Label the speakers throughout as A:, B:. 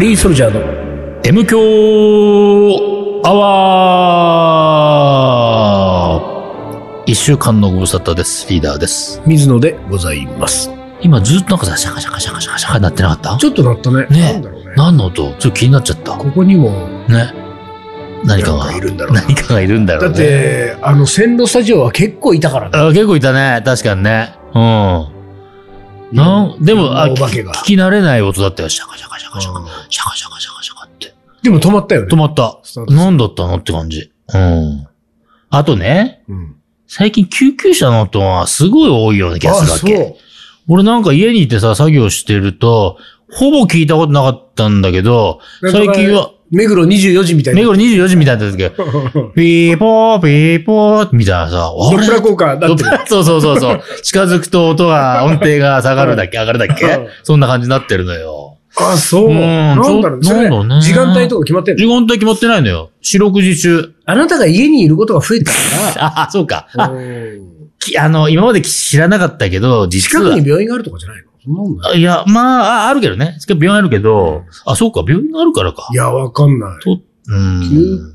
A: リーソルジャーの M 強ア
B: ワー一週間のご無沙汰です。リーダーです。
A: 水野でございます。
B: 今ずっとなんかさ、シャカシャカシャカシャカシャカなってなかっ
A: ちょっとなったね。
B: ね
A: なんだろうね
B: た。何の音ちょっと気になっちゃった。ね
A: ここにも、
B: 何かが
A: い、るんだろうな。
B: 何かがいるんだろ
A: だ
B: う
A: っ
B: ね。
A: て、あの、線路スタジオは結構いたからね。
B: あ結構いたね。確かにね。うん。なんでも、あ、
A: お
B: 聞
A: 化けが。
B: き慣れない音だったよ。シャカシャカシャカシャカ。
A: うん
B: シャカシャカシャカシャカって。
A: でも止まったよね。
B: 止まった。
A: スタート
B: 何だったのって感じ。うん。あとね、
A: うん
B: 最近救急車の音はすごい多いよね、キャス
A: あ
B: だ
A: そ
B: け。
A: う
B: 俺なんか家にいてさ、作業してると、ほぼ聞いたことなかったんだけど、
A: なん
B: 最
A: か
B: 近は、
A: 目黒24時みたい
B: 目
A: な。
B: 黒24時みたいな時が、 ピーポー、ピーポー、みたいなさ、
A: ド
B: あ
A: ッ
B: れ
A: プラ効果だってる。
B: そうそうそうそう。近づくと音が、音程が下がるだっけ、上がるだっ
A: うん
B: けそんな感じになってるのよ。
A: あ、そう。
B: うん
A: なんだろうね。
B: ちょ
A: それ
B: なんだろうね
A: 時間帯とか決まってんの
B: 時間帯決まってないのよ。四六時中。
A: あなたが家にいることが増えたか
B: あ、あそうか。
A: ら、
B: あ、
A: うん
B: きあの、今まで知らなかったけど、実
A: 近
B: は。
A: くに病院があるとかじゃないのそんなもんない。
B: いや、まあ、ああるけどね。病院あるけど、あ、そうか、病院があるからか。
A: いや、わかんない。
B: うん。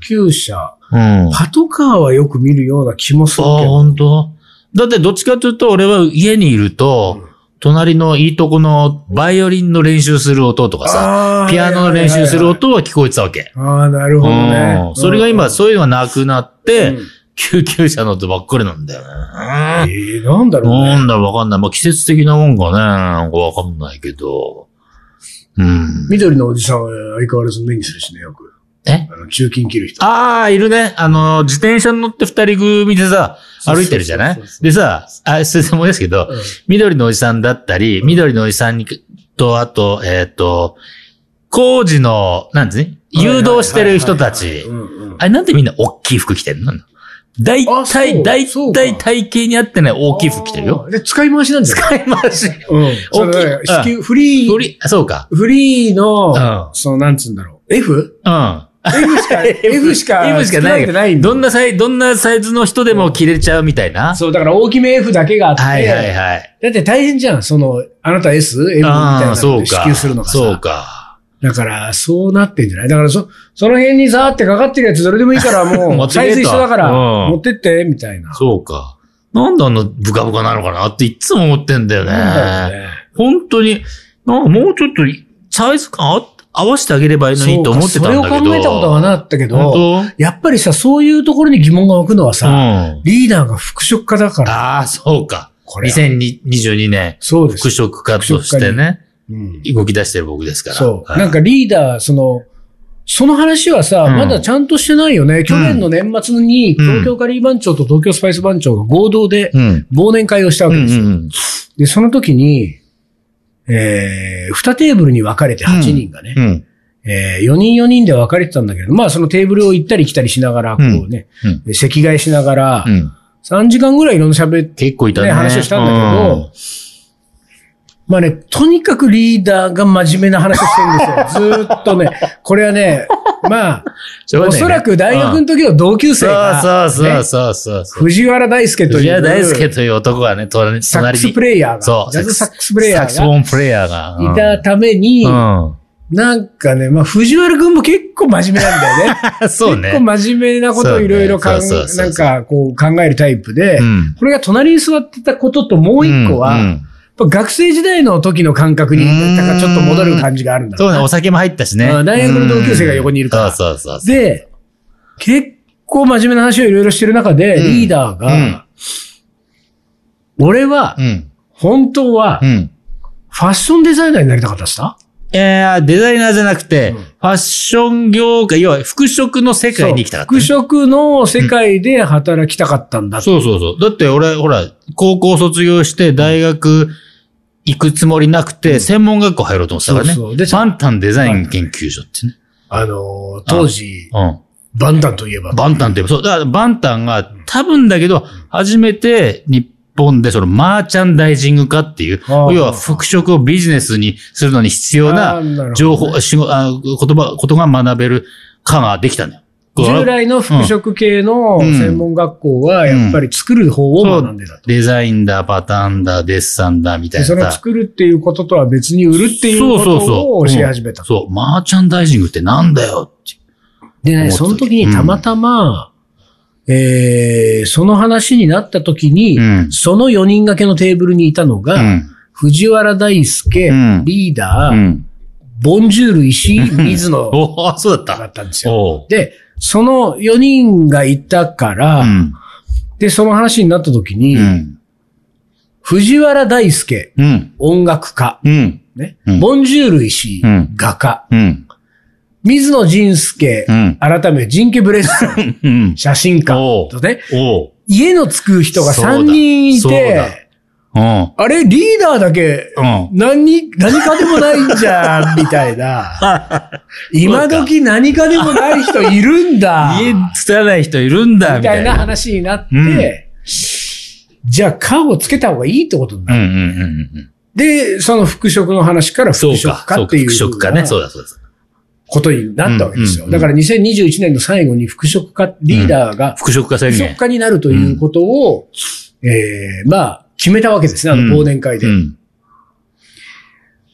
A: 救急車、
B: うん。あ、
A: パトカーはよく見るような気もするけど。
B: 本当。だって、どっちかというと、俺は家にいると、
A: うん
B: 隣のいいとこのバイオリンの練習する音とかさ、
A: あー
B: ピアノの練習する。
A: はい
B: 音は聞こえてたわけ。
A: はいはいああ、なるほど
B: う
A: ね
B: ん。それが今、
A: うん
B: そういうのがなくなって、
A: うん
B: 救急車の音ばっかりなんだよね。
A: えー、なんだろう
B: な
A: ね。
B: んだろうわかんない。まあ、季節的なもんかね。なんかわかんないけど。うん。
A: 緑のおじさんは相変わらず目にするしね、よく。
B: え
A: あの、中金切る人。
B: ああ、いるね。あの、自転車に乗って二人組でさ、歩いてるじゃない
A: そうそうそう
B: でさ、あ、それで思い出すけど、
A: うん
B: 緑のおじさんだったり、緑のおじさんにと、あと、えっ、と、工事の、なんですね、誘導してる人た
A: はいはい
B: ち
A: はい。はいうんうん
B: あれ、なんでみんな大きい服着てんの大
A: あそう
B: 体、大
A: そうか
B: 体体型に合ってない大きい服着てるよ。
A: あー。で、使い回しなんじゃない
B: 使い回し。
A: うん。そ
B: 大きい
A: れだから引きフリ
B: よ
A: ー、
B: り、そうか。
A: フリーの
B: う、ん。
A: その、なんつうんだろう。F?
B: うん。
A: F しか、F しか、
B: F しかな
A: 作
B: い
A: られてないんだ
B: どんなサイ、どんなサイズの人でも着れちゃうみたいな。
A: そう、だから大きめ F だけがあって、
B: はいはいはい。
A: だって大変じゃん。その、あなた S、M みたいな
B: あ
A: の
B: あ、
A: で
B: そう
A: 支
B: か。
A: 給するのがさ。
B: そうか。
A: だから、そうなってんじゃないだから、そ、その辺にさーってかかってるやつどれでもいいから、 も
B: 持っ
A: う、
B: てけ
A: サ
B: と
A: イズ一緒だから、
B: うん
A: 持ってって、みたいな。
B: そうか。なんであんなブカブカなのかなっていつも思ってんだよ
A: なんだ
B: ね。
A: よね。
B: 本当に、なんかもうちょっとサイズ感あ合わせてあげればいいのにと思ってたんだけど。
A: そうかそれを考えたことがなかったけど、
B: 本
A: やっぱりさ、そういうところに疑問が湧くのは
B: 当う
A: さ、
B: ん。
A: リーダーが服飾家だから、
B: ああ、そうか。
A: これは。
B: 2022年、
A: そうです
B: 服。飾家としてね、
A: うん
B: 動き出してる僕ですから。
A: そう。
B: はい
A: なんかリーダー、その、その話はさ、
B: うん
A: まだちゃんとしてないよね。去年の年末に、
B: うん
A: 東京カリー番長と東京スパイス番長が合同で
B: うん。
A: 忘年会をしたわ
B: う
A: け
B: ん
A: です
B: う
A: よ。
B: ん
A: で、その時に、えー、二テーブルに分かれて8人がね、
B: うん。うん。
A: えー、4人4人で分かれてたんだけど、まあそのテーブルを行ったり来たりしながら、こうね、
B: うんうん
A: で席替えしながら
B: う、ん。
A: 3時間ぐらいいろんな喋って、
B: 結構いたね。
A: ね話をしたんだけどまあね、とにかくリーダーが真面目な話をして るんですよ。ずーっとね、これはね、まあ、
B: ど
A: おそらく大学の時の同級生が、
B: そうそう
A: ね
B: そうそうそう。
A: 藤原大輔と
B: 藤
A: いう
B: 原大輔という男がね、隣に。
A: サックスプレイヤー
B: そ
A: が、
B: う。
A: ジャズサックスプレイヤ
B: サックスボ
A: ー
B: ンプレイヤーが。うん
A: がいたために、
B: うん
A: なんかね、まあ藤原くんも結構真面目なんだよね。
B: あ。そう ね。
A: 結構真面目なことをいろいろ考
B: そうねそうそう
A: え、
B: そう
A: なんかこう考えるタイプで、
B: うん
A: これが隣に座ってたことともう一個は、
B: うんう
A: やっ
B: ん
A: ぱ学生時代の時の感覚に、なんかちょっと戻る感じがあるんだろ
B: そううね、
A: な
B: お酒も入ったしね
A: う。ん大学の同級生が横にいるから
B: うんそうそうそう。
A: で、結構真面目な話をいろいろしてる中で、
B: うん
A: リーダーが、俺は
B: う、ん。
A: 本当は
B: う、ん。
A: ファッションデザイナーになりたかったっすか
B: えー、デザイナーじゃなくて、
A: うん
B: ファッション業界、要は服飾の世界に行きたかったね、
A: そう服飾の世界で働きたかったんだと。
B: そうそうそう。だって俺、ほら、高校卒業して大学行くつもりなくて、専門学校入ろうと思ってたからね。
A: そうそうで
B: パンタンデザイン研究所ってね。
A: あのー、当時、
B: う
A: バンダンといえば
B: ん。。バンタンって、そう、だからバンタンが多分だけど、初めて日本でそのマーチャンダイジング化っていう、
A: ああ
B: 要は服飾をビジネスにするのに必要
A: ああなる
B: な
A: ほどね
B: 情報、仕事あ言葉、ことが学べる科ができたんだよ。校
A: 従
B: は
A: 来の服飾系の
B: うん
A: 専門学校は、やっぱり作る方を学んでたと。
B: デザインだ、パターンだ、デッサンだ、みたい
A: で
B: な。
A: その作るっていうこととは別に売るっていうこ
B: そうそうそう
A: とを教え始めた。
B: そう、マーチャンダイジングってなんだよって。
A: で
B: 思っ
A: ね、
B: た
A: その時
B: うん
A: にたまたま、えーその話になった時に、
B: うん
A: その4人掛けのテーブルにいたのが、
B: うん。
A: 藤原大輔、
B: うん
A: リーダー、
B: うん。
A: ボンジュール石井、水野
B: おお、そうだ
A: だ
B: っ
A: ったんです
B: た。
A: よ。
B: おう。
A: で、その4人がいたから、
B: うん。
A: で、その話になった時に、
B: うん。
A: 藤原大輔、
B: うん。
A: 音楽家、
B: うん。
A: ね
B: うん
A: ボンジュール石井、
B: うん
A: 画家、
B: うん。
A: 水野仁介、
B: うん
A: 改め、人家ブレスさ ん、
B: うん。
A: 写真家
B: おう
A: とね、
B: おう。
A: 家のつく人が
B: そうだ
A: 3人い
B: そうだ
A: て、
B: うん。
A: あれ、リーダーだけ、
B: うん。
A: 何、何かでもないんじゃん、みたいな。 今時何かでもない人いるんだ。
B: 家つたない人いるんだ、
A: み
B: み
A: た
B: た
A: い
B: い
A: な
B: な。
A: 話になって、
B: う
A: じゃあ、缶をつけた方がいいってことに
B: う
A: なる。
B: んうんうんうん。
A: で、その服飾の話から
B: そ
A: 服
B: う
A: 飾
B: か。
A: 化
B: そう
A: っ
B: か。
A: ていう
B: 服飾かね。そうだそうだ。
A: ことになったわけですよ。
B: うんうんう
A: だ
B: ん
A: から2021年の最後に服飾化、リーダーが
B: 服飾化宣
A: 服
B: 言
A: 飾。家になるということを、えーまあ、決めたわけですね、あの忘年会で。
B: うん。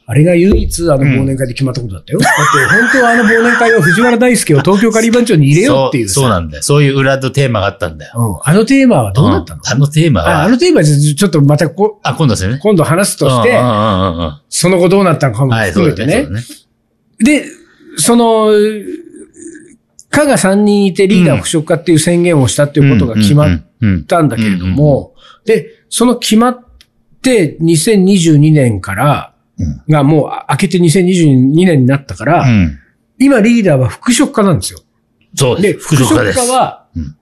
A: あれが唯一あの忘年会で決まったことだったよ。だって本当はあの忘年会を藤原大輔を東京カリバン町に入れようっていうさ
B: そうそうなんだよ。そういう裏のテーマがあったんだよ。
A: うんあのテーマはどうなったの、
B: んあのテーマ
A: ああ
B: は、
A: のテーマはちょちょっとまたこ
B: あ、今度ですよね。
A: 今度話すとして、
B: うんうんうんうんうん
A: その後どうなったのかも
B: はい、そ
A: 含め
B: うだ
A: て
B: ね。
A: ね。
B: そうだね
A: で、その、かが3人いてリーダー不織化っていう宣言をしたっていうことが決まっ
B: うんうんうん
A: たんだけれども、で、その決まって2022年から、
B: うん
A: がもうあ明けて2022年になったから、
B: うん
A: 今リーダーは服飾家なんですよ。
B: そうで
A: で、
B: す。服飾家です。
A: 服は
B: うん、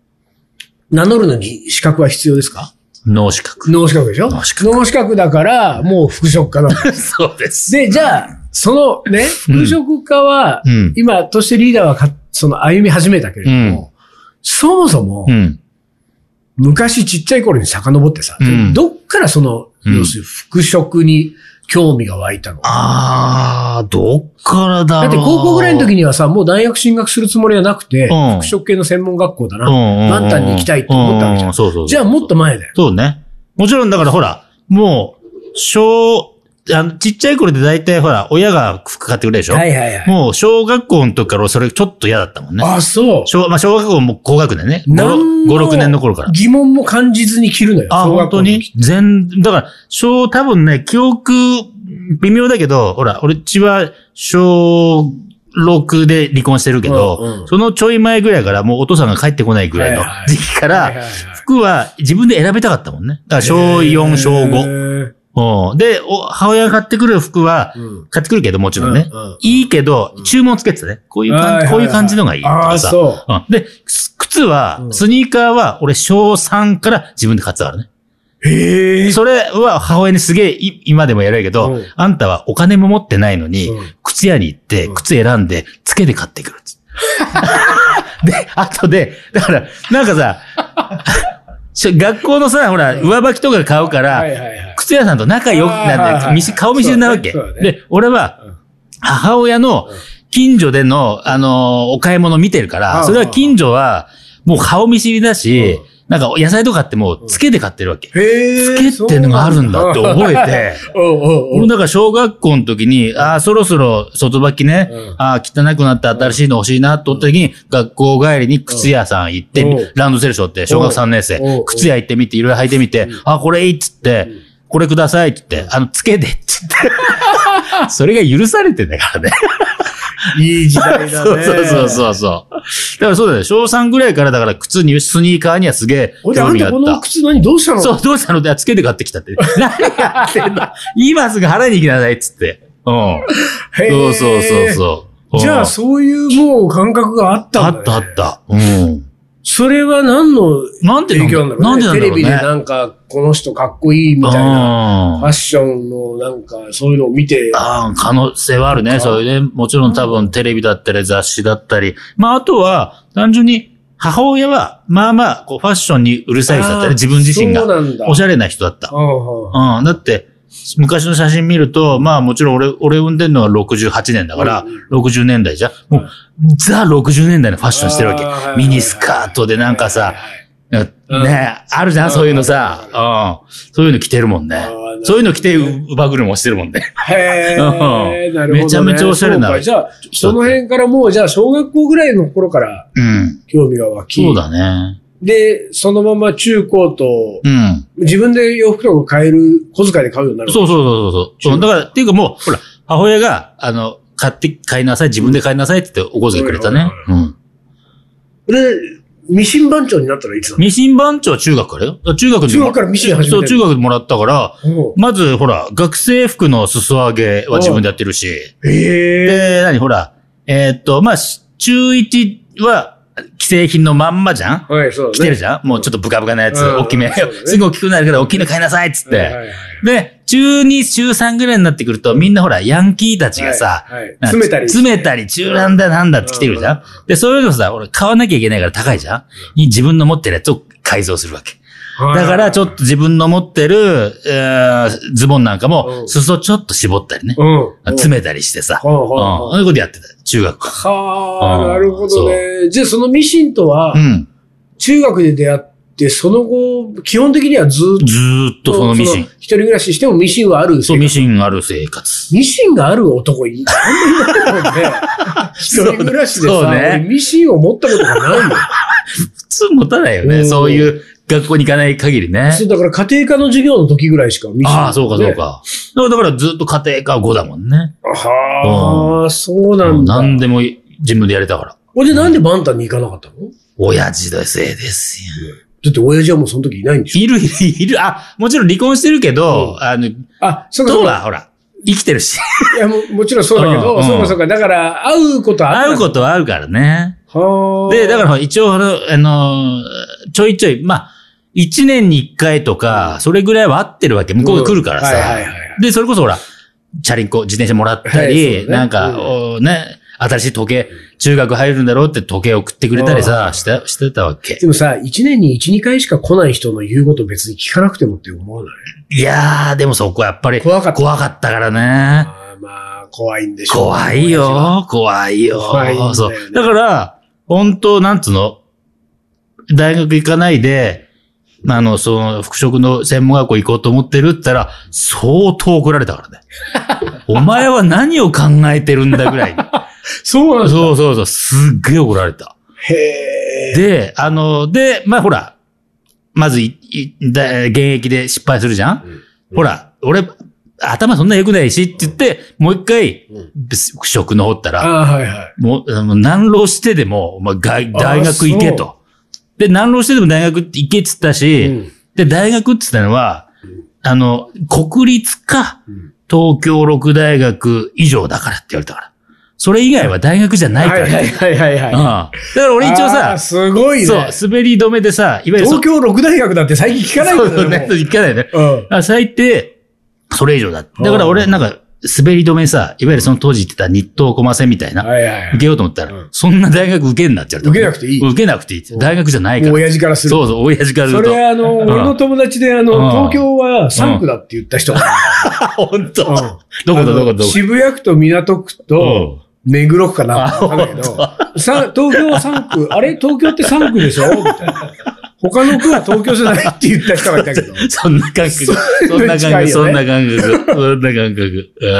A: 名乗るのに資格は必要ですか
B: 脳資格。
A: 脳資格でしょ
B: 脳資
A: 脳資格だから、もう服飾家なんです。
B: そうです。
A: で、じゃあ、そのね、
B: うん
A: 服飾家は、
B: うん。
A: 今、としてリーダーはか、その歩み始めたけれども、
B: う
A: そもそも
B: う、ん。
A: 昔ちっちゃい頃に遡ってさ、
B: うん
A: どっからその、
B: うん
A: 要するに服飾に興味が湧いたの、
B: あー、どっから
A: だ
B: だろう。
A: って高校ぐらいの時にはさ、もう大学進学するつもりはなくて、
B: うん
A: 服飾系の専門学校だな。
B: 満
A: 満タンに行きたいって思ったわけじゃん
B: そうそうそう。
A: じゃあもっと前だよ。
B: そうね。もちろん、だからほら、もう、小、あの、ちっちゃい頃で大体ほら、親が服買ってくれるでしょ
A: はいはいはい。
B: もう、小学校の時からそれちょっと嫌だったもんね。
A: あ、そう。
B: 小、まあ、小学校も高学年ね。
A: 何
B: 5、
A: の
B: 6年の頃から。
A: 疑問も感じずに着るのよ。
B: あ、
A: 小
B: 本
A: 学校
B: 当
A: の時
B: に全、だから、小、多分ね、記憶、微妙だけど、ほら、俺っちは、小6で離婚してるけど、
A: うんうん
B: そのちょい前ぐらいから、もうお父さんが帰ってこないぐらいの
A: はいはい
B: 時期から、
A: はいはいはい
B: 服は自分で選べたかったもんね。だから、小4、小5。
A: へ
B: うんで、お母親が買ってくる服は
A: ー、うん
B: 買ってくるけど、もちろんね。
A: うんうん
B: いいけど、注文つけてたね。こういう
A: はいはいは
B: 感じ、
A: い
B: こういう感じのがいいと
A: あ
B: か
A: あ、
B: さ。
A: そう。
B: うんで、す靴は
A: う、ん
B: スニーカーは、俺、小3から自分で買ってたからね。
A: へえ。
B: それは、母親にすげえ、い今でもやるけど、
A: うん
B: あんたはお金も持ってないのに、
A: うん
B: 靴屋に行って、
A: うん
B: 靴選んで、つけて買ってくるっつ って。で、あとで、だから、なんかさ、し学校のさ、ほら、上履きとか買うから、
A: はいはいはい。
B: 靴屋さんと仲良く
A: あーはい
B: なん
A: は
B: だ
A: い
B: よ。見せ顔見知りなわけ。
A: そうだねそうだね
B: で、俺は
A: うん、
B: 母親の
A: うん
B: 近所での、あのーお買い物見てるか
A: うん
B: ら、それは近所は、もう顔見知りだ
A: うん、
B: しなんか野菜とかってもう、つけて買ってるわけ。つ
A: へ
B: けってのがあるんだって覚えて、
A: て。おうおうお
B: 俺
A: う
B: だから小学校の時に、ああ、そろそろ外履きね、
A: うん
B: ああ、汚くなって新しいの欲しいなと思った時に、学校帰りに靴屋さん行って、
A: うん
B: ランドセルしょって、小学3年
A: う
B: 生
A: ん、
B: 靴屋行ってみて、いろいろ履いてみて、ああ、これいいっつって、これくださいっつって、あの、つけてっつって。それが許されてん だからね。
A: いい時代だ
B: そう
A: ね。
B: そうそうそうそう。だからそうだよね。小3ぐらいからだから靴に、スニーカーにはすげえ
A: ほいで、あ
B: 興
A: ん
B: 味が
A: た
B: あ
A: こ
B: っ
A: の
B: た。
A: 靴何どうしたの
B: そう、どうしたのって、つけて買ってきたって。 何やってんの今すぐ払いに行きなさいっつって。うん。
A: へー
B: そうそうそうそう。
A: じゃあ、そういうもう感覚があった
B: あ
A: んだね
B: っ。たあった。うん。
A: それは何の
B: なんで
A: 影響なんだろうね。
B: なんでなんだろうね
A: テレビでなんか、この人かっこいいみたいな。ファ
B: あ
A: ッションのなんか、そういうのを見て。
B: あー、可能性はある
A: そっ
B: ね。
A: か
B: そういうね。もちろん多分テレビだったり雑誌だったり。まああとは、単純に母親は、まあまあ、こうファッションにうるさい人だった
A: あー
B: ね。自分自身
A: そう
B: が。
A: なんだ。
B: おしゃれな人だった。
A: うんうん
B: うん。だって、昔の写真見ると、まあもちろん俺、俺産んでるのは68年だから、60年代じゃんもう、ザ60年代のファッションしてるわけ
A: あーはいはいはい。
B: ミニスカートでなんか
A: はい
B: さ
A: は、いはい
B: ね、
A: うん
B: あるじゃん、そういうのさ。うん。そういうの着てるもんね
A: あーなるほど。ね
B: そういうの着て、乳母車をしてるもんね。
A: へ
B: う
A: ー、
B: ん
A: なるほど、ね。
B: めちゃめちゃおしゃれな
A: そうかじゃあ、その辺からもう、じゃあ、小学校ぐらいの頃から
B: うん。
A: 興味が湧き。
B: そうだね。
A: で、そのまま中高と、
B: うん。
A: 自分で洋服とか買える、小遣いで買うようになる。
B: そうそうそうそうそう。
A: う
B: うんんだから、っていうかもう、ほら、母親が、あの、買って、買いなさい、自分で買いなさいって言ってお小遣いくれたね。うん。
A: で、ミシン番長になったらいつだ
B: ミシン番長は中学からよ。だから中学で
A: 中
B: も
A: 学からミシン始めて
B: そう、
A: る
B: 中学でもらったから、
A: の
B: まず、ほら、学生服の裾上げは自分でやってるし、
A: ええ
B: で、何ほら、えーっと、まあ、し中1は、既製品のまんまじゃん
A: ー。はい、そうだね。
B: 着てるじゃんもうちょっとブカブカなやつ、
A: うん
B: 大きめ
A: そうだね。
B: すぐ大きくなるから大きいの買いなさいっつっ
A: はいはい
B: て。
A: はい
B: で、中2、中3ぐらいになってくると、みんなほら、ヤンキーたちがさ、
A: はいはい
B: なんか
A: 詰めたり。
B: 詰めたり、中乱だなんだって来てくるじゃ
A: うん
B: んで、そういうのさ、俺買わなきゃいけないから高いじゃん自分の持ってるやつを改造するわけ。
A: はい
B: だから、ちょっと自分の持ってる、えーズボンなんか
A: うん
B: も、裾ちょっと絞ったりね。
A: うん。
B: 詰めたりしてさ。
A: は
B: うん
A: あはあはあ
B: そういうことやってた。中学校。
A: は
B: う
A: あ、
B: ん
A: なるほどね。じゃあ、そのミシンとは
B: う、ん。
A: 中学で出会って、その後、基本的にはずっ
B: ずーっ
A: と、
B: とそのミシン
A: そ。一人暮らししてもミシンはある。
B: そう、ミシンある生活。
A: ミシンがある男、いあんまりいないもんね。一人暮らしでさ、
B: そう
A: 俺
B: ね
A: ミシンを持ったことがないの。
B: 普通持たないよ
A: う
B: ね。
A: ん
B: そういう学校に行かない限りね。
A: そう、だから家庭科の授業の時ぐらいしかミシン、
B: ああ、そうかそう
A: ね。
B: か。だからだからずっと家庭科は5だもんね。
A: はあ、そうなんだ。
B: 何でも自分でやれたから。
A: ほんでなんでバンタンに行かなかったの
B: 親父のせいですよ。
A: だって親父はもうその時いないんでしょ
B: いる、いるいる。あ、もちろん離婚してるけ
A: う
B: ど、あの、
A: あ、そうかそ
B: 当
A: うか。
B: はほら、生きてるし。
A: いやも、もちろんそうだけど、
B: うん
A: そうかそうか。だから、会うこと はあ
B: 会
A: る
B: うことはあるからね。
A: と
B: で、だから一応、あのあの、ちょいちょい、まあ、1年に1回とか、それぐらいは会ってるわけ。向こうが来るからさ。
A: はいはいはいはい。
B: で、それこそほら、チャリンコ、自転車もらった
A: はい
B: り、
A: そうね
B: なんか、おね、新しい時計、中学入るんだろうって時計送ってくれたり
A: う
B: さ
A: ん、
B: して、してたわけ。
A: でもさ、一年に一、二回しか来ない人の言うこと別に聞かなくてもって思わない
B: いやー、でもそこはやっぱり、
A: 怖かった
B: 怖かったからね。
A: あーまあ、怖いんでしょうね
B: 怖い。よ、怖いよ。
A: 怖いんだよね
B: そう。だから、本当なんつうの、大学行かないで、まああの、その、復職の専門学校行こうと思ってるって言ったら、相当怒られたからね。 お前は何を考えてるんだぐらいに。
A: そうなんです
B: そうそうそう、すっげえ怒られた。
A: へえ。
B: で、あの、で、まあほら、まずい、いだ現役で失敗するじゃん、ほら、俺、頭そんな良くないしって言って、もう一回、
A: うん
B: 復職の方ったら、
A: ああー、はいはい。
B: もう、あの難労してでも、お前外
A: あ
B: 大学行けと。で、難労してでも大学行けっつったし、
A: うん
B: で、大学って言ったのは、あの、国立か、東京六大学以上だからって言われたから。それ以外は大学じゃないから。
A: はいはいはいはい。
B: うん
A: はい。
B: だから俺一応
A: あー
B: さ、
A: すごいね。
B: そう、滑り止めでさ、いわゆるそ
A: 東京六大学だって最近聞かない
B: そうそうね、
A: けどね。
B: 行かないよね。
A: うん。
B: あ最低、それ以上だ。だから俺、なんか、滑り止めさ、いわゆるその当時言ってた日東駒線みたいな、
A: はいはいは
B: 受けようと思ったら、そんな大学受けんなっちゃう。
A: 受けなくていい
B: 受けなくていいって。大学じゃない
A: い。も
B: か
A: う
B: ら。
A: 親父からすると。
B: そうそう、親父からす
A: そ
B: ると。
A: れあの、
B: うん
A: 俺の友達であの、
B: うん
A: 東京は3区だって言った人がいる。
B: あ、本
A: う
B: 当。
A: ん
B: どこだ、
A: あの
B: どこだ、どこだ。
A: 渋谷区と港区と、目黒区かな
B: あ
A: わかんないけど、さ東京は3区、あれ東京って3区でしょみたいな。他の区は東京じゃないって言った人がいたけど。
B: そんな感覚。そんな感
A: 近いよね
B: 覚、そんな感覚。 そんな感覚。うん。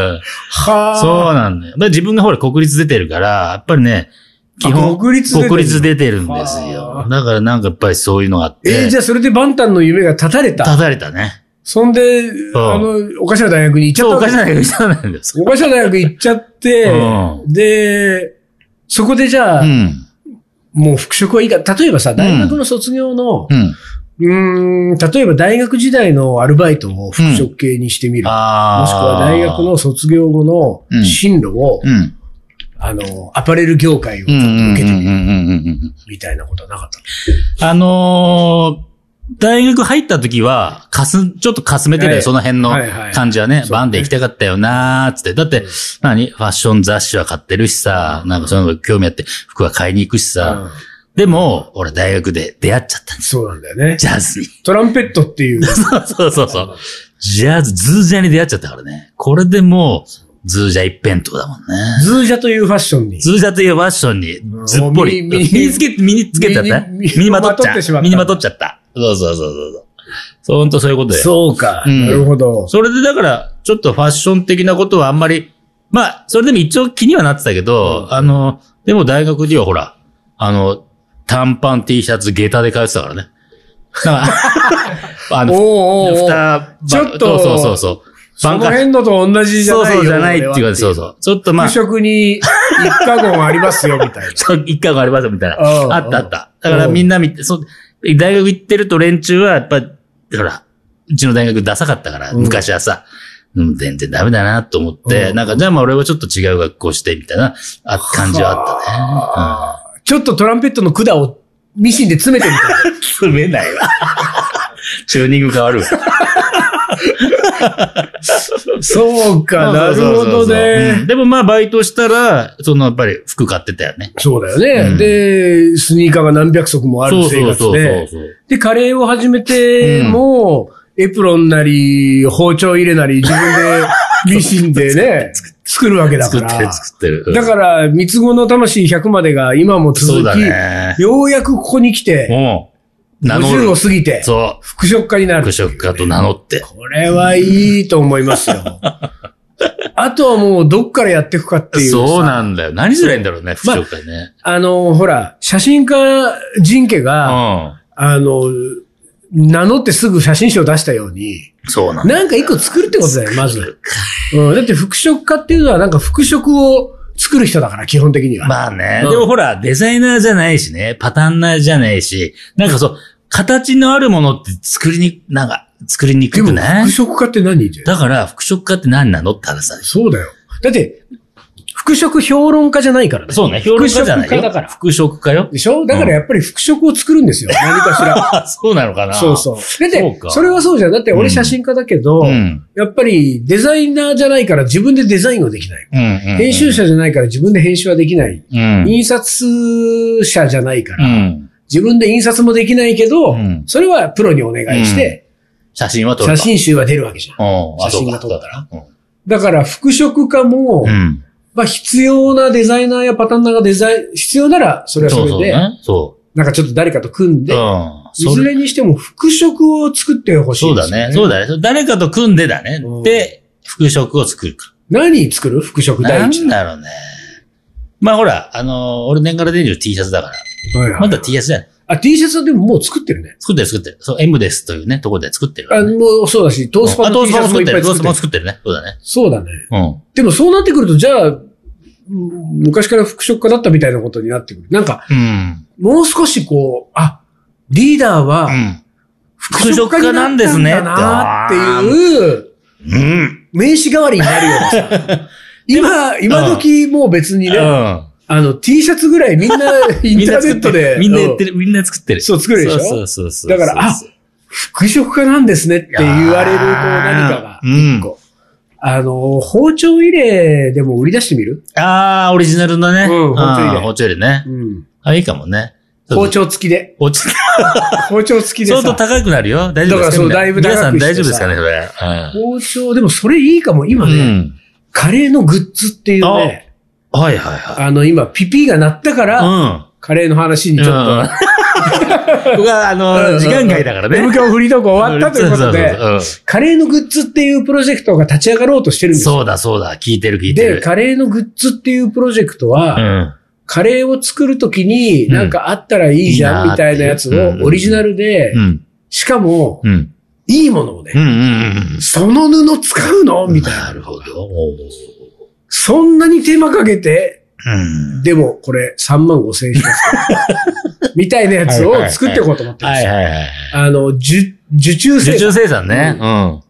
A: はあ。
B: そうなんだよ。まあ自分がほら国立出てるから、やっぱりね、基
A: あ
B: 本、
A: 国立出てる
B: 国立出てるんです
A: は
B: よ
A: あ。
B: だからなんかやっぱりそういうのがあって、
A: えーじゃあそれでバンタンの夢が断たれた。
B: 立たれたね。
A: そんで、
B: ん
A: あの、おかしな大学に行っちゃ
B: そう、
A: っ
B: お
A: た
B: か
A: わ
B: し
A: け。
B: な大学じゃないんです。
A: おかしな大学行っちゃって、
B: う
A: で、そこでじゃあ、
B: うん。
A: もう復職はいいか。例えばさ、大学の卒業の、
B: うん。
A: うーん、例えば大学時代のアルバイトを復職系にしてみる。
B: ああ。
A: もしくは大学の卒業後
B: う
A: の
B: ん
A: 進路を、
B: うん、
A: あの、アパレル業界を
B: う
A: ちょ
B: ん。
A: っ
B: うん。
A: と
B: うん。
A: 受けてみ
B: うん
A: る
B: うんうん。
A: みたいなことはなかったの。
B: あのー、大学入った時は、かす、ちょっとかすめてるよ、
A: はい
B: その辺の
A: はいはい
B: 感じはね、
A: そうね
B: バンで行きたかったよなーっつって。だって、何ファッション雑誌は買ってるしさ、なんかそういうの興味あって、服は買いに行くしさ、
A: うん
B: でも、俺大学で出会っちゃったんです。
A: そうなんだよね。
B: ジャズに。
A: トランペットっていう、
B: そうそうそうそう。ジャズ、ズージャに出会っちゃったからね。これでもう、ズージャ一辺倒だもんね。
A: ズージャというファッションに。
B: ズージャというファッションに、ずっぽり。
A: うん
B: 身
A: 身
B: に
A: に
B: つけ、身につけちゃったね
A: 身に
B: 身にまとっち
A: 身にまとっ
B: ゃ
A: てしまった
B: 身にまとっちゃった。そうそうそうそうそう。そう、ほんとそういうことだよ。
A: そうか。
B: うん
A: なるほど。
B: それでだから、ちょっとファッション的なことはあんまり、まあ、それでも一応気にはなってたけど、あの、でも大学にはほら、あの、短パン T シャツ、下駄で通ってたからね。だから、あ
A: おう
B: の、
A: おうおう
B: 蓋、
A: ちょっと
B: そうそうそうそう。
A: そ
B: バン
A: の
B: カー、
A: 辺のと同じじゃ
B: そう
A: ない
B: そ
A: よ。
B: うじゃないっていう
A: 俺は
B: か、そうそう。ちょっとまあ、
A: 服飾に一家言ありますよ、みたいな。
B: そう一回がありますよみたいな。
A: うん
B: あったあった。だからみんな見て、そう、大学行ってると連中は、やっぱ、ほら、うちの大学ダサかったから、
A: うん
B: 昔はさ、うん、全然ダメだなと思って、
A: うん
B: なんか、じゃあまあ俺はちょっと違う学校して、みたいなあ感じはあっ
A: あーちょっとトランペットの管をミシンで詰めてみたいな。
B: たね。詰めないわ。チューニング変 わるわ。
A: そうか、なるほど
B: うん
A: ね。
B: でもまあバイトしたら、そのやっぱり服買ってたよね。
A: そうだよね、
B: うん
A: で、スニーカーが何百足もある
B: そう
A: 生
B: そう
A: 活
B: そうそう
A: で。
B: そう。
A: で、カレーを始めても、エプロンなり、包丁入れなり、自分でミシン でね、作るわけだ
B: 作
A: か
B: ってる
A: ら。
B: 作ってる。うん
A: だから、三つ子の魂100までが今も
B: そう
A: 続
B: だ
A: き、
B: ね。
A: ようやくここに来て、
B: もう、名乗る
A: 50を。過ぎて、
B: そう。
A: 服飾家になる。
B: 服飾家と名乗って。
A: これはいいと思います よ。あとはもうどっからやっていくかっていう。
B: そうなんだよ。何すりゃいいんだろうね、服
A: まあ
B: 飾家ね。
A: あの、ほら、写真家人家が、あの、名乗ってすぐ写真集を出したように、
B: うん。そうなんだ。
A: なんか一個作るってことだよ、まず。うん、だって服飾家っていうのはなんか服飾を作る人だから、基本的には。
B: まあね。
A: うん
B: でもほら、デザイナーじゃないしね、パタンナーじゃないし、なんかそう、形のあるものって作りに、なんか、作りに
A: で
B: く
A: も
B: くない
A: 服飾家って何じゃん
B: だから、服飾家って何なのって話だよ
A: そうだよ。だって、服飾評論家じゃないからね。
B: そうね、評論家じゃない
A: 服飾家
B: よ
A: だから。
B: 服飾 家よ。
A: でしょだからやっぱり服飾を作るんですよ。何かしら。
B: あ、そうなのかな
A: そうそう。だっ
B: そう
A: て
B: か、
A: それはそうじゃん。だって
B: うん
A: 俺写真家だけど、
B: うん。
A: やっぱりデザイナーじゃないから自分でデザインをできない。
B: うん。うん。
A: 編集
B: 者。
A: 者じゃないから自分で編集はできない。
B: うん。
A: 印刷者じゃないか
B: う
A: ら、
B: ん。
A: 自分で印刷もできないけど、
B: うん
A: それはプロにお願いして、
B: 写真は撮る
A: 写
B: か。
A: 真集は出るわけじゃん。
B: うん。あ
A: 写
B: そう
A: 真
B: か
A: が撮ったら。だから、服飾家も、
B: うん。
A: まあ必要なデザイナーやパターンナーがデザイン、必要なら、それはそ
B: そう
A: れ
B: そう
A: で、
B: ね。そ
A: なんかちょっと誰かと組ん
B: う。
A: で、
B: うん。
A: いずれにしても服飾を作ってほし
B: そ
A: いうで
B: だ
A: すよ、
B: ね。そうだね。誰かと組んでだね
A: うん。
B: で、服飾を作るか。
A: 何作る服飾
B: な
A: 第
B: ん
A: 一
B: だろうね。まあほら、あのー、俺年がらデニー T シャツだから。
A: はいはい
B: まだ T シャツだよ。
A: あ、T シャツはでももう作ってるね。
B: 作ってる作ってる。そう、M ですというね、ところで作ってるか
A: あ、
B: らね。
A: もうそうだし、トースパ
B: あ
A: ンの
B: トー
A: T
B: ス
A: シ
B: パ
A: ャ
B: も
A: ツも
B: 作
A: いっ
B: っ
A: てぱい
B: る。トー
A: 作ってる
B: スパも。作ってるね。そうだね。
A: そうだね。
B: うん。
A: でもそうなってくると、じゃあ、うん昔から服飾家だったみたいなことになってくる。なんか、
B: うん。
A: もう少しこう、あ、リーダー
B: う
A: は
B: ん。
A: 服飾家になったんですね。なっていう、
B: うん。
A: 名刺代わりになるような さ。今、今時もう別に
B: う
A: ね、
B: ん。
A: あの T シャツぐらいみんなイ ン
B: みん
A: ター
B: な
A: ネ
B: 作
A: ッ
B: っ
A: ト
B: て
A: で
B: る。。みんなやって
A: る。
B: る。みんな作ってる。
A: そう作るでしょ
B: そうそうそう。
A: だからあ服飾家なんですねって言われるこう何かが。
B: うん
A: 一個あの、包丁入れでも売り出してみる、
B: ああ、オリジナルのね。
A: うん包丁入れ
B: あー包丁入れね。あ、いいかもね。
A: 包丁付きで。
B: 落ち
A: 包丁付きで
B: 相当
A: さ。
B: 高くなるよ。大丈夫
A: だか
B: ですか
A: らそう
B: みんな
A: だいぶ
B: 皆さ
A: 高
B: ん
A: くしてさ
B: 大丈夫ですかね、それ。
A: 包丁、でもそれいいかも。今
B: うん。
A: ね、カレーのグッズっていうね、
B: うんはいはいはい。
A: あの今ピピが鳴ったから、
B: うん。
A: カレーの話にちょっと。
B: うん僕は、あ
A: うん
B: の、時間外だからね。
A: M 響フリートーク終わったということ
B: そ
A: で
B: そ、そう
A: カレーのグッズっていうプロジェクトが立ち上がろうとしてるん
B: うん
A: ですよ。
B: そうだそうだ、聞いてる聞いて
A: で、
B: る。
A: カレーのグッズっていうプロジェクトは、
B: うん。
A: カレーを作るときに、
B: うん
A: なんかあったらいいじゃ
B: いい
A: ん、
B: なー
A: みたいなやつ
B: っていううん
A: をオリジナルで
B: う、ん。
A: しかも
B: う、ん。
A: いいものを
B: うん。う
A: ね、
B: んうん
A: その布使うの
B: うん。
A: みたいな。
B: なるほど。おー
A: そんなに手間かけて、
B: うん。
A: でもこれ3万5千円します から。みたいなやつを作っていこうと思ってま
B: はい
A: す。
B: はいはい。
A: あの、受、受注
B: 受
A: 生
B: 注
A: 産
B: 生産ね。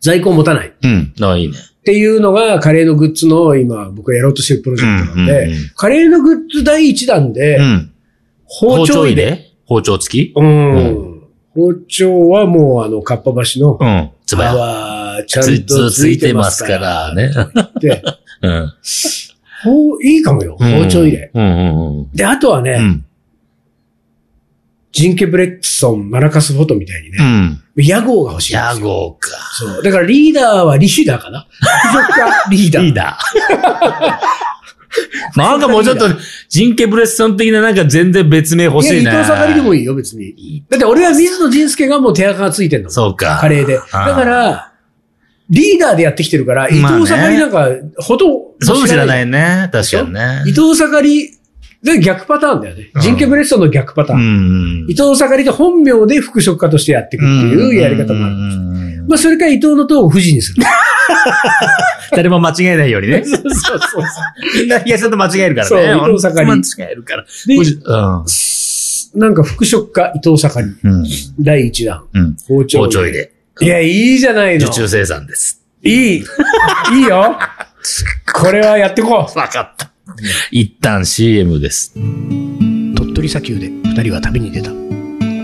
A: 在庫を持たない。っ
B: うん。うん。あ、いいね。
A: ていうのがカレーのグッズの今僕がやろうとしてるプロジェクトなん
B: うんうん
A: で
B: うん、
A: カレーのグッズ第1弾で
B: う、ん。
A: 包丁入れ。
B: れ包丁付き
A: うん。包丁はもうあの、かっぱ橋の、
B: うん。つば
A: あ
B: や。
A: はちゃ
B: つ
A: んと
B: つ
A: つ
B: い
A: い
B: て
A: て
B: ま
A: ますす
B: か
A: から。
B: らね。
A: で、
B: うん。
A: ほういいかもよ、包丁入れ。
B: うんうんうん。
A: で、あとはね、
B: うん。
A: ジンケブレックソン、マラカスフォトみたいに
B: う
A: ね、
B: ん。
A: 屋号が欲しいんで
B: 屋
A: すよ。
B: 号か。
A: そう。だからリーダーはリシダーか な。服属家リーダー。
B: リーダー。なんかもうちょっと、人形ブレスソン的ななんか全然別名欲しいね。
A: いや伊藤さんがりでもいいよ、別に。だって俺は水野仁介がもう手垢がついてんだもん。
B: そうか。
A: カレーで。だから、リーダーでやってきてるから、伊
B: まあね
A: 藤さかりなんか、ほとんど。
B: そうも知らないいね。確かにね。
A: 伊藤さかり、で逆パターンだよね
B: う。ん
A: 人権ブレストの逆パター
B: う
A: ン。
B: ん。
A: 伊藤さかりが本名で服飾家としてやっていくっていうやり方もある。
B: る。
A: まあ、それから伊藤の塔を富士にす る。
B: 誰も間違えないようにね。
A: そうそう
B: みんな東さんと間違えるからね。
A: そう伊藤盛り
B: 間違えるから。
A: で
B: うん
A: なんか服飾家伊藤さかり、
B: うん。
A: 第1弾。
B: うん。
A: 包丁
B: 包丁入。れ。
A: いや、いいじゃないの
B: 受。注生産です。
A: いい。いい よ。これはやってこう。
B: わかった。一旦 CM です。
A: 鳥取砂丘で2人は旅に出た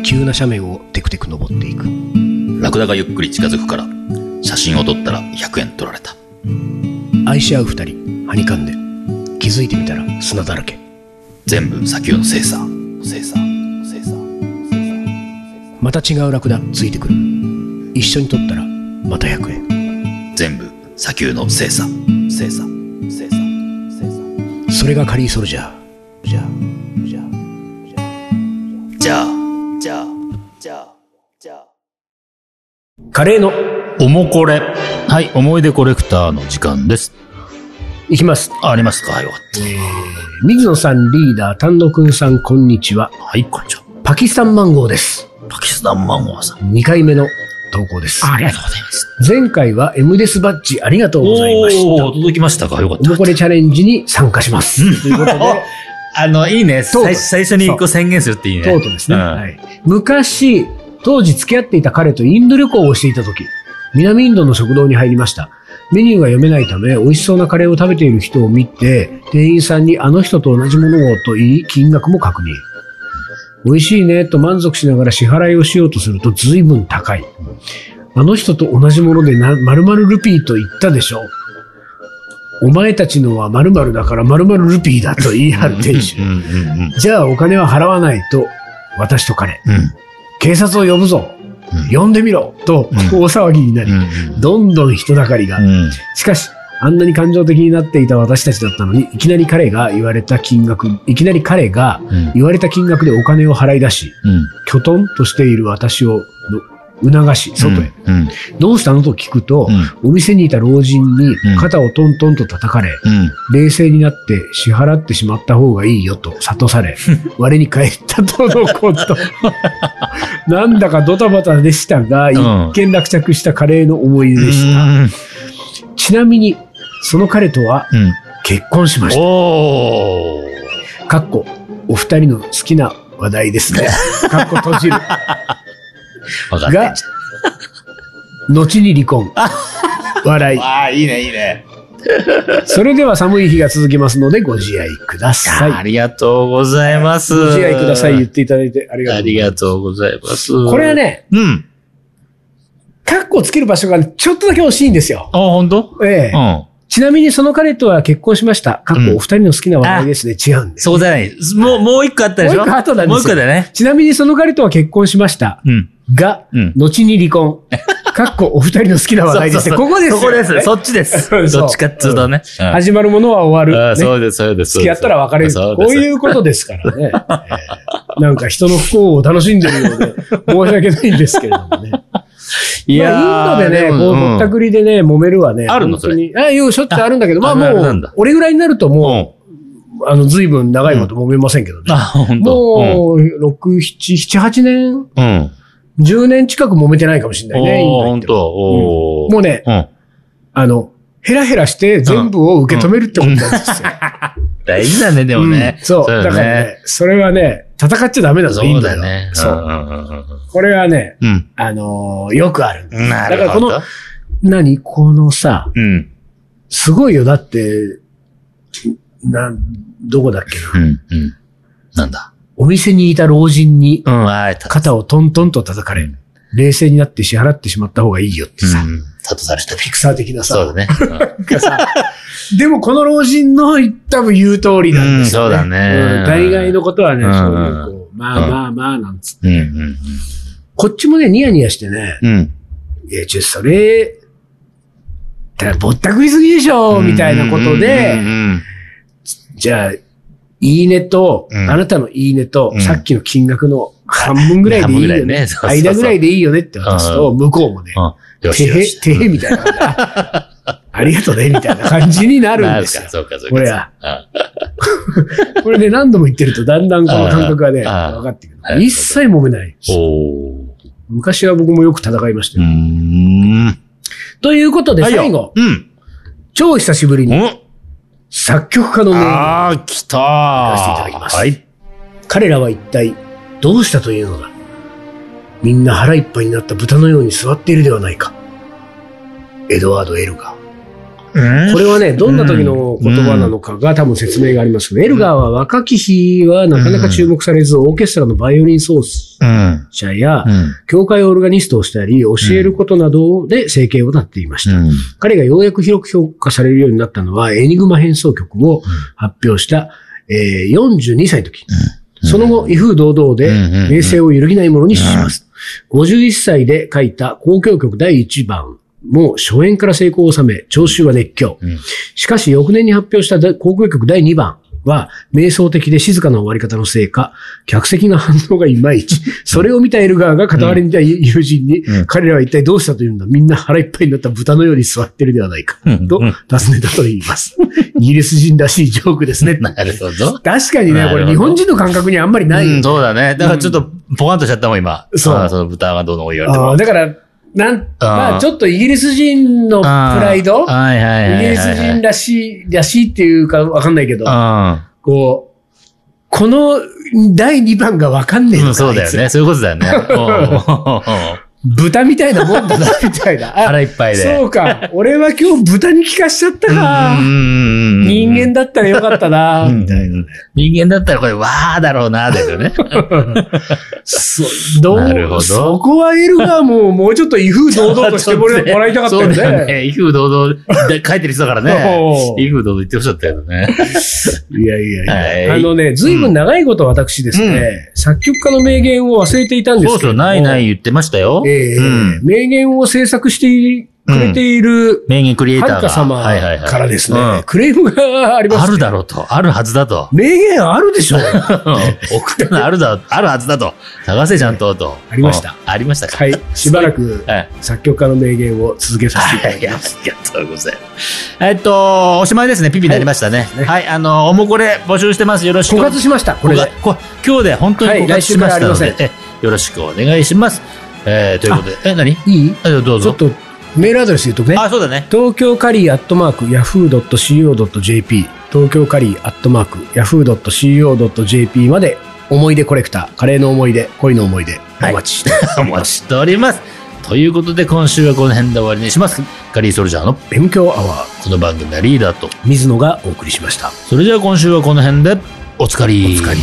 A: 急な斜面をテクテク登っていく
B: ラクダがゆっくり近づくから、写真を撮ったら100円取られた。
A: 愛し合う2人はにかんで気づいてみたら砂だらけ
B: 全部砂丘の精査。精査。精査。
A: また違うラクダついてくる一緒に撮ったらまた100円
B: 全部砂丘の精査。精査。精査。精査。
A: それがカリーソルジャーじゃあじゃあ
B: じゃあ、じゃあ、じゃあ、じゃあ。
A: カレーの
B: おもこれ。はい、思い出コレクターの時間です。
A: いきます
B: あありますかはい、わかっ
A: 水野さんリーダー丹野くんさんこんにちは
B: た。はい、こんにちは。
A: パキスタンマンゴーです
B: パキスタンマンゴーさん。
A: 2回目の投稿です
B: りがとうございます。
A: 前回は M デスバッジありがとうございました
B: おおー、届きましたかよかっ
A: おもこ
B: た。
A: れチャレンジに参加します。ということで、
B: あの、いいね。
A: とうとう
B: 最最初にこう宣言するっていいね。
A: とうとうですね、
B: うん
A: はい。昔、当時付き合っていた彼とインド旅行をしていた時、南インドの食堂に入りました。メニューが読めないため、美味しそうなカレーを食べている人を見て、店員さんにあの人と同じものをと言い、金額も確認。美味しいねと満足しながら支払いをしようとすると随分高い。あの人と同じものでな、まるまるルピーと言ったでしょう。お前たちのはまるまるだからまるまるルピーだと言い張る店主
B: う。んうんうんうん。
A: じゃあお金は払わないと、私と彼、
B: うん
A: 警察を呼ぶぞ、
B: うん
A: 呼んでみろと、
B: うん
A: 大騒ぎにな
B: う
A: り、
B: ん
A: どんどん人だかりが。
B: うん。うん
A: しかし、あんなに感情的になっていた私たちだったのに、いきなり彼が言われた金額、いきなり彼が
B: うん
A: 言われた金額でお金を払い出し、
B: うん。
A: きょとんとしている私をの促し、外へ。
B: うん。
A: どうしたのと聞くと
B: う、ん。
A: お店にいた老人に
B: ん
A: 肩をトントンと叩かれ、
B: うん。
A: 冷静になって支払ってしまった方がいいよと諭さ れ、我に返ったとのこと。なんだかドタバタでしたが、
B: ん
A: 一見落着したカレーの思い出でした。ちなみに、その彼とは
B: うん。
A: 結婚しまし
B: おお。
A: た。かっこ、お二人の好きな話題です ね。かっこ閉じる。
B: わかった
A: が。、後に離 婚。笑い。
B: ああ、いいね、いいね。
A: それでは寒い日が続きますので、ご自愛くださ
B: あ
A: い。
B: りがとうございます。
A: ご自愛ください言っていただいてありが
B: あ
A: とうござ
B: り
A: い
B: がとうございます。
A: ます。これは。ね、
B: うん。
A: カッコつける場所がねちょっとだけ惜しいんですよ
B: あ、。本当？
A: ええ
B: うん。
A: ちなみにその彼とは結婚しました。カッコ
B: うん
A: お二人の好きな話題ですね。違うんです。
B: そこじゃない。もう、もう一個あったでし
A: も
B: ょ
A: う一個後なんですよ
B: もう一個だね。
A: ちなみにその彼とは結婚しました。
B: うん。
A: が、
B: うん
A: 後に離 婚。カッコお二人の好きな話題ですね。
B: そうそうそう
A: ここですよ、ね。
B: そこです。そっちで
A: そう
B: す。どっちかっつうとね。うん
A: 始まるものは終わ
B: あ
A: る。
B: あ
A: ね、
B: そうです、そうです。
A: 付き合ったら別れる。
B: そう
A: こ
B: です
A: ういうことですから ね。ええなんか人の不幸を楽しんでるようで、申し訳ないんですけれどもね。
B: い
A: いや、
B: や
A: インドでね、こう、ぼったくりでね、揉めるはね。
B: あるの
A: 本当にあ、いう、しょっちゅうあるんだけど、ま
B: あ
A: あ
B: ある
A: も
B: あるなん
A: う
B: だ、
A: 俺ぐらいになると
B: う
A: も
B: ん。
A: う、あの、ずいぶん長いこと揉めませんけどね。
B: あ、本当。
A: もう、6、7、7、8年
B: うん、うん。
A: ?10 年近く揉めてないかもしれないね、イン
B: おー、
A: ド行
B: 本
A: っても
B: 当。おー。
A: もうね、
B: うん。
A: あの、ヘラヘラして全部を受け止めるってことなんですよ。
B: 大事だね、でもね
A: う。んそう。
B: よ
A: だからね、それはね、戦っちゃダメなんですよ、イ
B: そ
A: ン
B: う
A: ドで
B: だ
A: は
B: ね。
A: そ
B: ん
A: う。
B: んうん
A: これはね、
B: うん。
A: あのーよくあるんです。
B: うん。なるほど。
A: だからこの、何このさ、
B: うん。
A: すごいよ。だって、なん、どこだっけな。
B: うん。うん。なんだ。
A: お店にいた老人に
B: うん、あえた。
A: 肩をトントンと叩かれ、冷静になって支払ってしまった方がいいよって
B: う
A: さ、
B: ん。たとされたね。
A: ピクサー的な
B: そ
A: さ
B: うだ。ね。
A: でもこの老人の多分言う通りなんですよ、ね
B: うんそうだね
A: ん大概のことはね、
B: うん
A: そういうこうまあまあまあ、なんつって。
B: うん、うん
A: こっちもね、ニヤニヤしてね、
B: うん。うん。
A: いや、ちょ、それ、だぼったくりすぎでしょ、みたいなこと
B: うん
A: で、
B: うん
A: じゃあ、いいねと、
B: うん
A: あなたのいいねと、
B: うん
A: さっきの金額の半分ぐらいでいいよ
B: 半分ぐら
A: ね
B: いねそう。そうそう
A: 間ぐらいでいいよねって渡すと、向こうもね、
B: うん。よ
A: て
B: しよ
A: へ、
B: し。
A: てへみたいな感じ。あ ありがとうね、みたいな感じになるんですよ
B: か、。そうか、そうか。
A: これは
B: あ
A: これね、何度も言ってると、だんだんこの感覚がね、
B: ああ
A: 分かってく
B: ああ
A: る。一切揉めない。
B: おー。
A: 昔は僕もよく戦いました
B: うー
A: よ。
B: ん。
A: ということで、
B: はいよ
A: 最後、
B: うん。
A: 超久しぶりに
B: お
A: 作曲家の名言
B: あー、来た
A: せ
B: ー。
A: ていただきます
B: はい。
A: 彼らは一体どうしたというのだみんな腹いっぱいになった豚のように座っているではないか。エドワード・エルガー。
B: うん
A: これはね、どんな時の言葉なのかが多分説明がありますけど、エルガーは若き日はなかなか注目されず、オーケストラのバイオリン奏
B: うん。
A: 者や
B: う、ん。
A: 教会オルガニストをしたり、教えることなどで生計を立っていました。
B: うん。
A: 彼がようやく広く評価されるようになったのは、エニグマ変奏曲を発表した、えー42歳の時。その後、威風堂々で
B: うんうんう、ん
A: 名声を揺るぎないものにします。51歳で書いた交響曲第1番も初演から成功を収め、聴衆は熱狂。
B: うん
A: しかし、翌年に発表した交響曲第2番は、瞑想的で静かな終わり方のせいか、客席の反応がいまい ち。それを見たエルガーが片割れにいた友人に、
B: うん
A: 彼らは一体どうしたというんだみんな腹いっぱいになった豚のように座ってるではないか。
B: うん
A: と、
B: うん
A: 尋ねたと言います。イギリス人らしいジョークですね。
B: なるほど。
A: 確かにね、
B: な
A: こ
B: る
A: れ
B: ほど
A: 日本人の感覚にあんまりない。
B: うん、そうだね。だからちょっと、ポカンとしちゃったもん、今。
A: そう
B: あーその豚がどうのこう言われても。
A: あーだから、なん、まあちょっとイギリス人のプ
B: あー
A: ライド
B: はいはいはいはいはい。
A: イギリス人らしい、らしいっていうかわかんないけど、こう、この第2番がわかんねえ
B: うん。う
A: の
B: ん、
A: か、
B: そうだよ
A: あい
B: ね。そういうこ とだよね。うん
A: つ豚みたいなもんだな、みたいな。あ
B: 腹いっぱいで。
A: そうか。俺は今日豚に聞かしちゃったか。人
B: 人
A: 間だったらよかったな。
B: みたいな。人間だったらこれ、わーだろうな、だよね。
A: そどう
B: なるほど
A: そこはエルガーももうちょっと威風堂々としてもらいたかったよ
B: そうだ
A: ね。
B: よね。威風堂々で書いてる人だからね
A: そ。う
B: 威風堂々言ってほしかったよね。
A: いやいやいや。
B: は
A: あ
B: い
A: のね、ずいぶん長いこと私ですね、作曲家の名言を忘れていたんですけど
B: そ
A: も。
B: うそう、ないない言ってましたよ。
A: ええ
B: うん
A: 名言を制作してくれている、
B: 名言クリエイタ
A: は
B: ー
A: るか
B: が。
A: 様
B: はいはいはい
A: からです
B: うん
A: ね、クレームがあります。
B: あるだろうと。あるはずだと。
A: 名言あるでしょ
B: うん送ったのあるだ、あるはずだと。探せちゃんと、と。
A: ありました
B: うん。ありましたか。
A: はい。しばらく
B: はい。
A: 作曲家の名言を続けさせていた
B: は
A: だ
B: い、
A: き
B: あ
A: ま
B: り
A: す。
B: がとうございます。えっと、おしまいですね。ピピになりましたね。
A: ね
B: はい、あの、おもこれ募集してます。よろしく。
A: 枯渇しました、これ
B: こ
A: で。
B: こ今日で本当に
A: はい
B: 告発しましたので、
A: 来週か
B: えよろしくお願いします。えー、ということで、え、何
A: いい
B: あどう
A: ちょっ
B: ぞ。
A: とメールアドレス言うとくね。
B: あ、そうだね。
A: 東京カリーアットマークヤフー .co.jp 東京カリーアットマークヤフー .co.jp まで思い出コレクターカレーの思い出恋の思い出お
B: い
A: 待ちして
B: お待ちしております。ということで、今週はこの辺で終わりにします。ガリーソルジャーの
A: 勉強アワー
B: この番組はリーダーと。
A: 水野がお送りしました
B: それじゃあ今週はこの辺で、おつかり。
A: おつかり